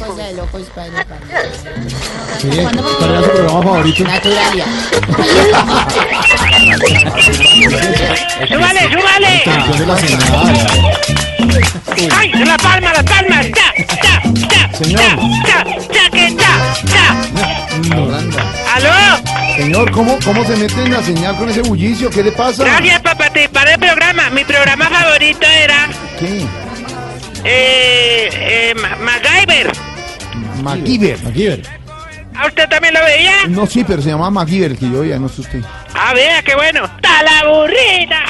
cosa de locos, padre, Mire, ¿Cuándo fue? ¿Cuál era su programa favorito? Naturalia. ¡Súbale, súbale! Canción de la Senada. ¡Ay, la palma, la palma! ¡Ya, ya, ya! Señor. ¡Ya, ya, ya, que ya, ya! ¡Aló! Señor, ¿cómo, ¿cómo se mete en la señal con ese bullicio? ¿Qué le pasa? Gracias por participar del programa. Mi programa favorito era... ¿Qué? Eh, eh, Ma- MacGyver. MacGyver. Aquí, ver. ¿A usted también lo veía? No, sí, pero se llama MacGyver, el que yo ya no sé usted. A ver, qué bueno. ¡Está la burrita!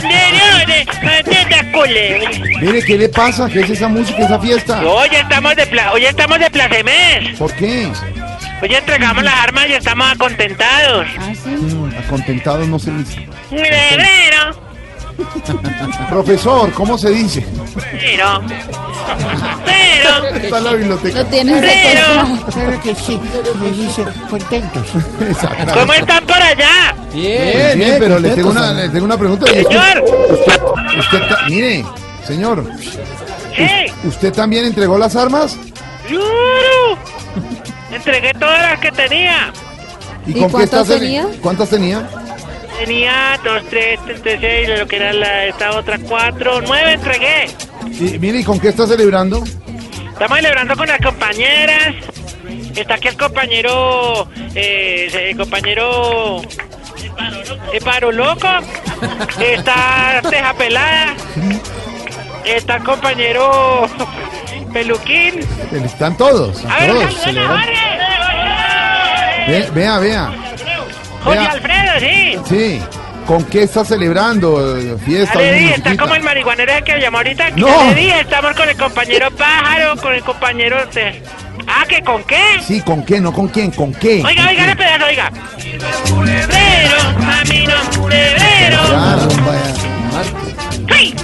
¡Señores! ¡Maldita culebra! Mire, ¿qué le pasa? ¿Qué es esa música, esa fiesta? Hoy estamos de pla hoy estamos de placemés. ¿Por qué? Hoy entregamos las armas y estamos acontentados. Mm, Contentado no se dice. Guerrero. Profesor, ¿cómo se dice? Pero. Pero. Está en la biblioteca. Lo tienes secuestrado. Claro que sí, me dice contentos. Exacto. ¿Cómo están por allá? Bien, bien, pero le tengo una, le tengo una pregunta. ¿Y usted, Señor. usted, usted ta- mire, señor, Sí. ¿usted también entregó las armas? ¡Yuru! Entregué todas las que tenía. ¿Y cuántas tenía? ¿Cuántas tenía? Tenía dos, tres, tres, tres, seis, lo que era la, esta otra, cuatro, nueve entregué. Y, mire, ¿y con qué está celebrando? Estamos celebrando con las compañeras. Está aquí el compañero. Eh, el compañero. El paro loco. Está Teja Pelada. Está el compañero. Peluquín. Están todos. A ver, todos saluden a celebrando. Jorge. Ve- vea, vea. Jorge Vea. Alfredo, sí. Sí. ¿Con qué está celebrando? Eh, ¿Fiesta? Ale una Díaz, está musiquita. como el marihuanero ese que llamó ahorita. No. Ale Díaz, estamos con el compañero Pájaro, con el compañero. eh, Ah, ¿que con qué? Sí, ¿con qué? No, ¿con quién? ¿Con qué? Oiga, oiga, la pedazo, oiga. Febrero, camino, febrero. Ya, no, vaya. ¡Sí!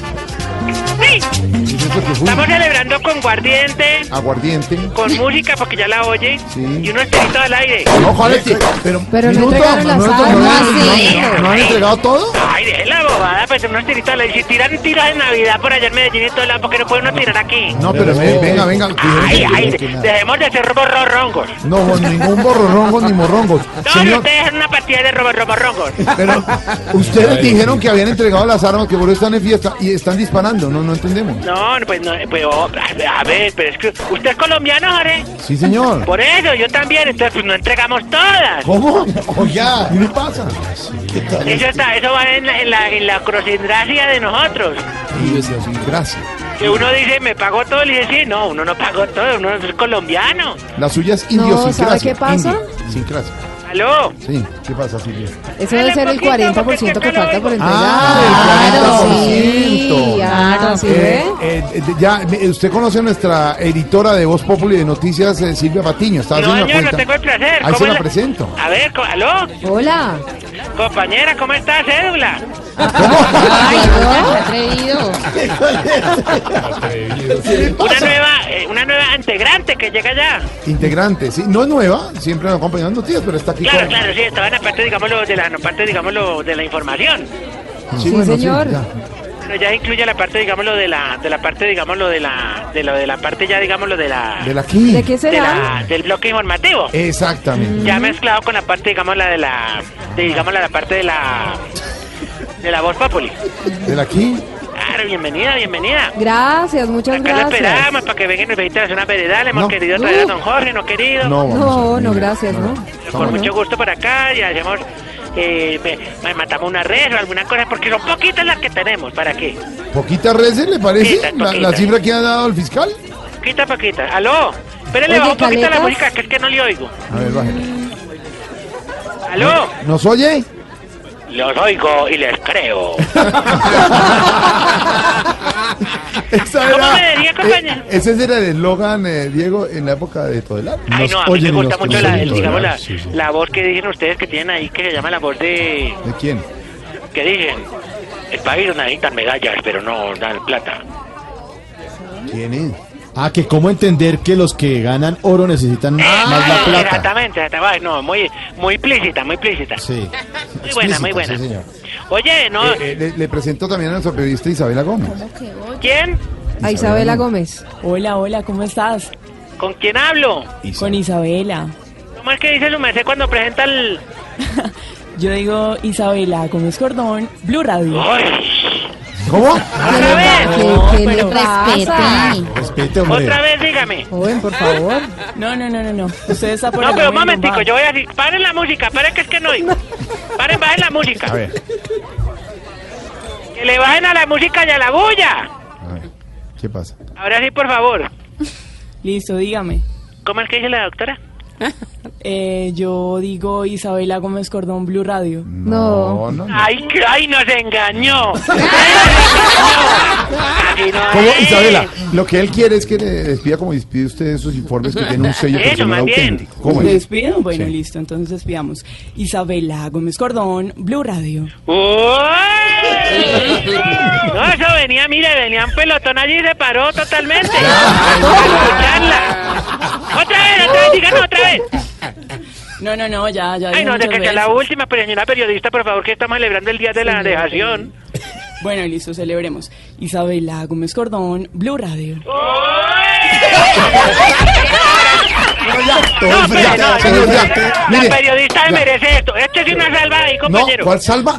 ¡Sí! ¿Qué es eso que fue? Estamos celebrando con guardiente, Aguardiente. con música, porque ya la oye, Sí. y unos tiritos al aire. Ojo, Alexi. Pero, Pero no minuto, entregaron las Manuel, ¿no- armas, no- no- sí. no- ¿No han entregado todo? Ay, de la bobada, pues unos tiritos al aire. Si tiran tiras de Navidad por allá en Medellín y todo lado, ¿por qué no puede uno tirar aquí? No, pero eh, venga, venga. Ay, ay, dejemos de hacer roborrongos. No, con ningún borrorrongo ni morrongos. Todos Señor, ustedes en una partida de roborrongos. pero ustedes dijeron que habían entregado las armas, que por eso están en fiesta y están disparando. No, no entendemos. No, no, pues no, pues oh, a ver, pero es que usted es colombiano, Jorge. Sí, señor. Por eso, yo también, entonces pues no entregamos todas. ¿Cómo? Oiga, ¿qué le pasa? Eso está, eso va en, la- en la, en la crocindracia de nosotros. Gracias. Que uno dice, me pagó todo, le dice, sí, no, uno no pagó todo, uno es colombiano. La suya es No, idiosincrasia. ¿sabe qué pasa? Idiosincrasia. ¿Aló? Sí, ¿qué pasa, Silvia? Eso debe ser el 40% que falta por entregar. Ah, el sí, 40%. claro, sí, Eh, ¿ve? eh, eh, ya, eh, usted conoce a nuestra editora de Voz Populi de Noticias, eh, Silvia Patiño. Está No, haciendo la señor, no cuenta. tengo el placer. Ahí ¿Cómo se es la presento. A ver, co- ¿aló? Hola. Compañera, ¿cómo está cédula? Ay, no, atrevido. Una nueva, eh, una nueva integrante que llega ya. Integrante, sí. No es nueva, siempre nos acompaña en noticias, pero está aquí Claro, con- claro, sí, estaba en la parte, digámoslo, de la no, parte, digámoslo, de la información. Sí, señor. ya. Pero ya incluye la parte, digámoslo, de la, de la parte, digámoslo, de la, de lo de la parte ya, digámoslo, de la, De la Eh, aquí. ¿De qué de será? la- del bloque informativo. Exactamente. Ya mezclado con la parte, digamos, la de la, de, digamos, la, la parte de la, de la voz populi. De la aquí. Claro, bienvenida, bienvenida. Gracias, muchas Acá la gracias. esperamos para que venga y nos visite a hacer una veredad. Le hemos No. querido traer a No. don Jorge, no querido. No, vamos No, a- no, gracias, ¿no? Con mucho gusto por acá y hacemos, eh, me- me matamos una red o alguna cosa, porque son poquitas las que tenemos. ¿Para qué? ¿Poquita reces le Sí, parece? está La, poquita. la cifra que ha dado el fiscal. Poquita, poquita. Aló, espérenle, Oye, bajo un poquito la Caletas. música, que es que no le oigo. A ver, bájale. Aló, ¿Nos oye? los oigo y les creo. Esa ¿Cómo me diría, eh, compañero? ese era el eslogan, eh, Diego, en la época de Todelar. Ay, no, a mí me oyen y gusta los que mucho nos la, oyen el- tolerar, digamos, la, sí, sí. la voz que dicen ustedes que tienen ahí, que se llama la voz de... ¿De quién? que dicen? El país donde necesitan medallas, pero no dan plata. ¿Quién es? Ah, que cómo entender que los que ganan oro necesitan más la plata. Ah, Exactamente, exactamente. no, muy, muy explícita, muy explícita. Sí. Muy buena, muy Explícita, buena. sí, señor. Oye, ¿no? Eh, eh, le, le presento también a nuestra eh. periodista Isabela Gómez. ¿Quién? A Isabela Gómez. Hola, hola, ¿cómo estás? ¿Con quién hablo? Con Isabela. ¿Cómo es que dice Lumacé cuando presenta el... Yo digo Isabela Gómez Cordón, Blue Radio. ¡Ay! ¿Cómo? ¡Otra vez! ¿Qué, qué le pero- pasa? Respete. Respete, hombre. ¡Otra vez, dígame! Joven, por favor. No, no, no, no, no. Usted está por No, el pero un lado de momentico, Lombard. yo voy a decir, paren la música, paren que es que no oigo. Paren, bajen la música. A ver, Que le bajen a la música y a la bulla. a ver. ¿Qué pasa? Ahora sí, por favor. Listo, dígame. ¿Cómo es que dice la doctora? Eh, yo digo Isabela Gómez Cordón, Blue Radio. No. no, no. ¡Ay, que- ay nos engañó! ¡Ay, nos engañó! Así no ¿Cómo, es. Isabela? Lo que él quiere es que le despida como despide usted en sus informes que tiene un sello Eso, personal más bien. auténtico. ¿Cómo es? ¿Despido? Bueno, Sí. listo, entonces despidamos. Isabela Gómez Cordón, Blue Radio. ¡Uy! No, eso venía, mire, venía un pelotón allí y se paró totalmente. Escucharla. ¡Otra vez, otra vez! ¡Díganos otra vez! No, no, no, ya, ya. Ay, dije no, de muchas que sea la veces. última, pero señora periodista, por favor, que estamos celebrando el día de la dejación. Bueno, listo, celebremos. Isabela Gómez Cordón, Blue Radio. No, Todo pero fría, no, todo no, fría. no, Mire, la periodista ya. merece esto. Esto es una salva ahí, No, compañero. ¿cuál salva?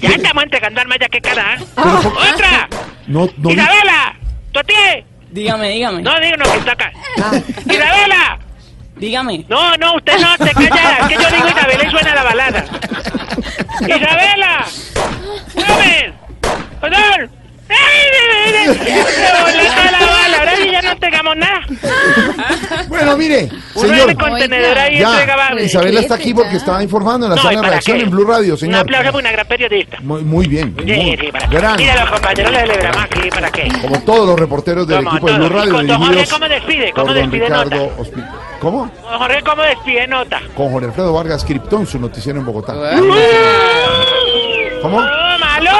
Ya estamos entregando armas, ya que cara. ¿eh? ¡Otra! No, no. ¡Isabela! ¡Toti! Dígame, dígame. No, digo, no, que está acá. Ah. ¡Isabela! Dígame. No, no, usted no, te calla. Es que yo digo Isabela y suena la balada. ¡Isabela! ¡Gómez! ¡Odor! ¡Ay, ay, ay, ay! Se voló toda la bala. Ahora sí ya no tengamos nada. Bueno, mire, Un de señor. contenedor ahí entrega Ya, barrio. Isabela está aquí porque ya. estaba informando en la No, ¿y sala de para reacción qué? en Blue Radio, señor. Un aplauso para una gran periodista. Muy, muy bien. Sí, muy sí, para- gran. Mira, los compañeros le celebramos aquí, ¿para qué? Como todos los reporteros del Como equipo de Blue todos. Radio. ¿Y con don Jorge dirigidos cómo despide? ¿Cómo por don despide Ricardo Ospi- ¿Cómo? Don Jorge, ¿cómo despide nota? Con Jorge Alfredo Vargas Criptón, su noticiero en Bogotá. ¿Cómo? ¡Oh, malo!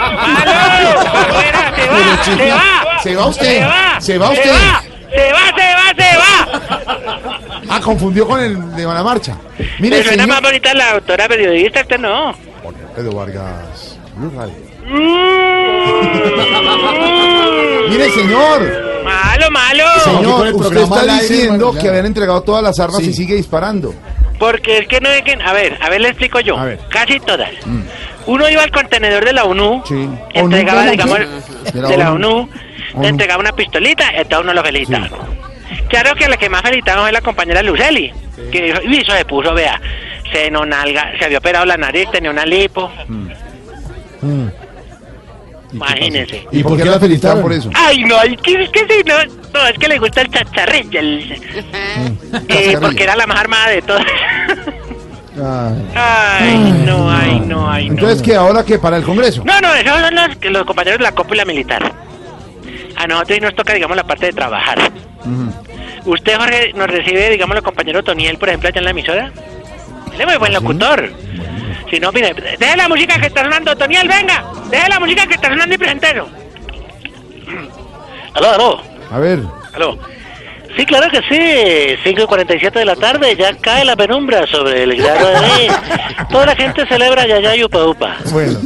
¡Malo! ¡Afuera, se va! Pero, ¡Se chico, va! se va usted, ¡Se va! se va ¡Se usted. va! ¡Se va, se va, se va! Ah, confundió con el de la marcha. Mire, Pero era señor. más bonita la autora periodista, usted no. Jorge Alfredo Vargas Blue Radio. Mire, señor. ¡Malo, malo! Señor, con Señor, el usted programa al está aire, diciendo hermano, ya. que habían entregado todas las armas Sí. y sigue disparando. Porque es que no dejen... A ver, a ver, le explico yo. A ver. Mm. Casi todas. Uno iba al contenedor de la ONU, Sí. ¿ONU? entregaba, ¿De la digamos, qué? de la ONU, ONU. le entregaba una pistolita, entonces uno lo felicitaba. Claro que la que más felicitaba fue la compañera Luceli, que dijo, "Uy, eso se puso, vea, se nalga, se había operado la nariz, tenía una lipo, Mm. imagínense. ¿Y por qué la felicitan felicitaron? por eso? Ay, no, es que, es que sí, no, no, es que le gusta el chacharrillo, el- eh, chascarrillo. porque era la más armada de todas. Ah. ay, no, ay, no, ay, no. Entonces, ¿qué? ¿Ahora qué? ¿Para el Congreso? No, no, esos son los, los compañeros de la cópula militar. A nosotros sí nos toca, digamos, la parte de trabajar. Usted, Jorge, nos recibe, digamos, los compañeros Toniel, por ejemplo, allá en la emisora. Él es muy buen locutor. Si no, mire, deje la música que está sonando, Toniel, venga. Deje la música que está sonando y presentero. Aló, aló, A ver. aló. Sí, claro que sí. 5 y 47 de la tarde, ya cae la penumbra sobre el grado de... Toda la gente celebra ya, ya, upa, upa. Bueno.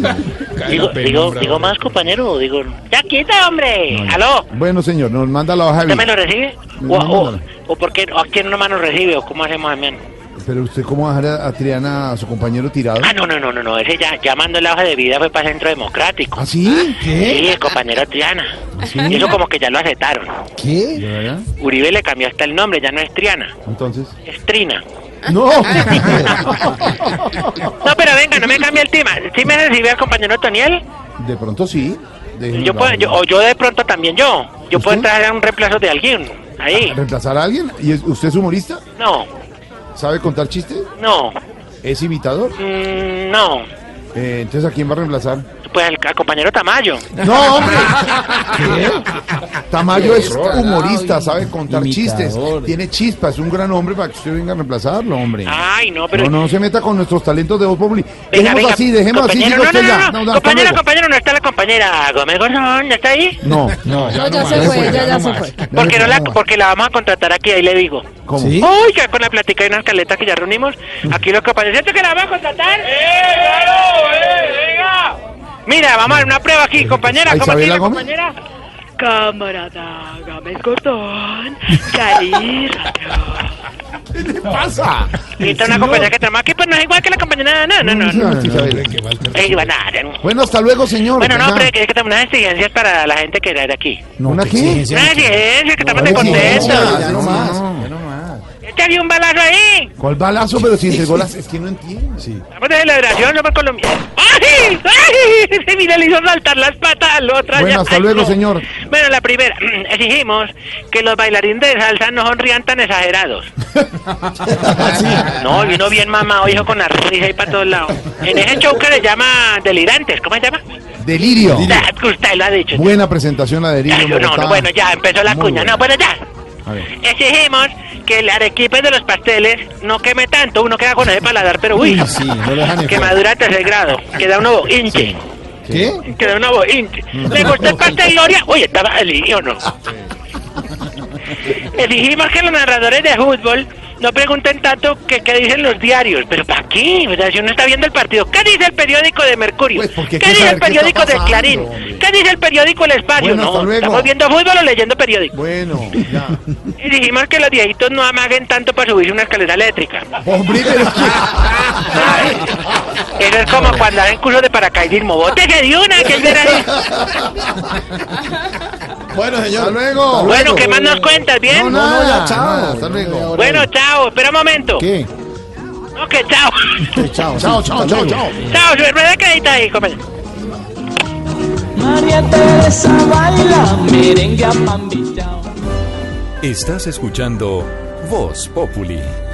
Digo, digo, digo más, compañero, digo... ¡Ya quita, hombre! ¡Aló! Bueno, señor, nos manda la hoja de ¿Usted me vida. lo recibe? No, ¿O, o, mándalo. o por qué? ¿O a quién nomás nos recibe? ¿O cómo hacemos, hermano? Pero usted, ¿cómo va a dejar a, a Triana, a su compañero tirado? Ah, no, no, no, no, no. Ese ya, ya mandó la hoja de vida, fue para Centro Democrático. ¿Ah, sí? ¿Ah, ¿Qué? Sí, el compañero Triana. Y eso como que ya lo aceptaron. ¿Qué? ¿De verdad? Uribe le cambió hasta el nombre, ya no es Triana, Entonces. es Trina. ¡No! No, pero venga, no me cambie el tema. ¿Sí me recibe al compañero Toniel? De pronto sí. Déjenos Yo la puedo, hoja de yo, vida. o yo de pronto también yo. Yo puedo ¿Usted? Ah, traer un reemplazo de alguien. Ahí. ¿Reemplazar a alguien? ¿Y es- usted es humorista? No, ¿Sabe contar chistes? no, ¿Es imitador? mm, no. Eh, entonces, ¿a quién va a reemplazar? Pues al, al compañero Tamayo. ¡No, hombre! Tamayo es humorista, sabe contar chistes, tiene chispa, es un gran hombre para que usted venga a reemplazarlo, hombre. Ay, no, Ah, pero... No, no se meta con nuestros talentos de voz pública. Venga, Dejemos venga, así, dejemos así, compañero, diga no, usted no, ya. no, no, No, hasta compañero, luego. compañero, no está la compañera Gómez Gordón, ¿ya está ahí? No, no, No, ya se fue, ya, ya se fue. Porque no la, porque la vamos a contratar aquí, ahí le digo. ¿Cómo? ¿Sí? Uy, ya con la plática y unas caletas que ya reunimos, aquí los compañeros, ¿cierto que la vamos a contratar? ¡Eh, claro! ¡Eh, venga! Mira, vamos a hacer una prueba aquí, compañera, ¿A ¿cómo se Isabela llama, Gómez? compañera? Camarada Gámez Gordón, Cari Radio. pasa? Y está una compañera que trabaja aquí, pues no es igual que la compañera. No, no, no. no. Ah, Isabela. Que va al tercer- Eh, igual, nada, no. Bueno, hasta luego, señor. Bueno, no, Ya. pero es que tenemos unas exigencias para la gente que era de aquí. ¿No ¿Una qué? exigencia. Unas exigencias que estamos de No, contentos. ya no más. Este había un balazo ahí. ¿Cuál balazo? Pero si entregó las... Es que no entiendo. Sí. Estamos de celebración, no por Colombia. ¡Ay! ¡Ay! Ese mira le hizo saltar las patas al otro. Bueno, allá. hasta Ay, luego, no. señor. Bueno, la primera, exigimos que los bailarines de salsa no sonrían tan exagerados. Ah, No, y uno bien mamado, hijo, con la risa ahí para todos lados. En ese show que le llama Delirantes, ¿cómo se llama? Delirio. Ah, que Usted lo ha dicho. Buena presentación la de Delirio. Ay, en no, no, Bogotá. bueno, ya empezó la Muy cuña. buena. No, pues. bueno, ya. A ver. Exigimos que el arequipe de los pasteles no queme tanto. Uno queda con ese paladar, pero uy, Uy, sí, no lo dejan quemadura tercer grado. Queda uno hinche. ¿Qué? Queda una boinche. Mm. ¿Le gustó el pastel Gloria? Oye, estaba el o no. Exigimos que los narradores de fútbol no pregunten tanto que qué dicen los diarios. ¿Pero para qué? O sea, si uno está viendo el partido, ¿qué dice el periódico de Mercurio? Pues, porque hay ¿Qué, que dice saber el qué está periódico de pasando, Clarín? hombre. ¿Qué dice el periódico El Espacio? Bueno, hasta no, luego. estamos viendo fútbol o leyendo periódico. Bueno, ya. Exigimos que los viejitos no amaguen tanto para subirse una escalera eléctrica. Hombre, pero es que- Ay, Eso es como cuando hacen cursos de paracaidismo. ¡Bótese de una! que es verano! Bueno, Hasta señor. luego. Bueno, ¿qué más nos cuentas? ¿Bien? No, nada, No, no, ya, chao. nada, hasta luego. Bueno, chao, espera un momento. ¿Qué? No, que chao. ¿Qué? Chao, Chao, sí, chao, chao, hasta luego. chao. chao, sube rueda crédito pues. ahí, comen. María Teresa baila merengue a pan Estás escuchando Voz Populi.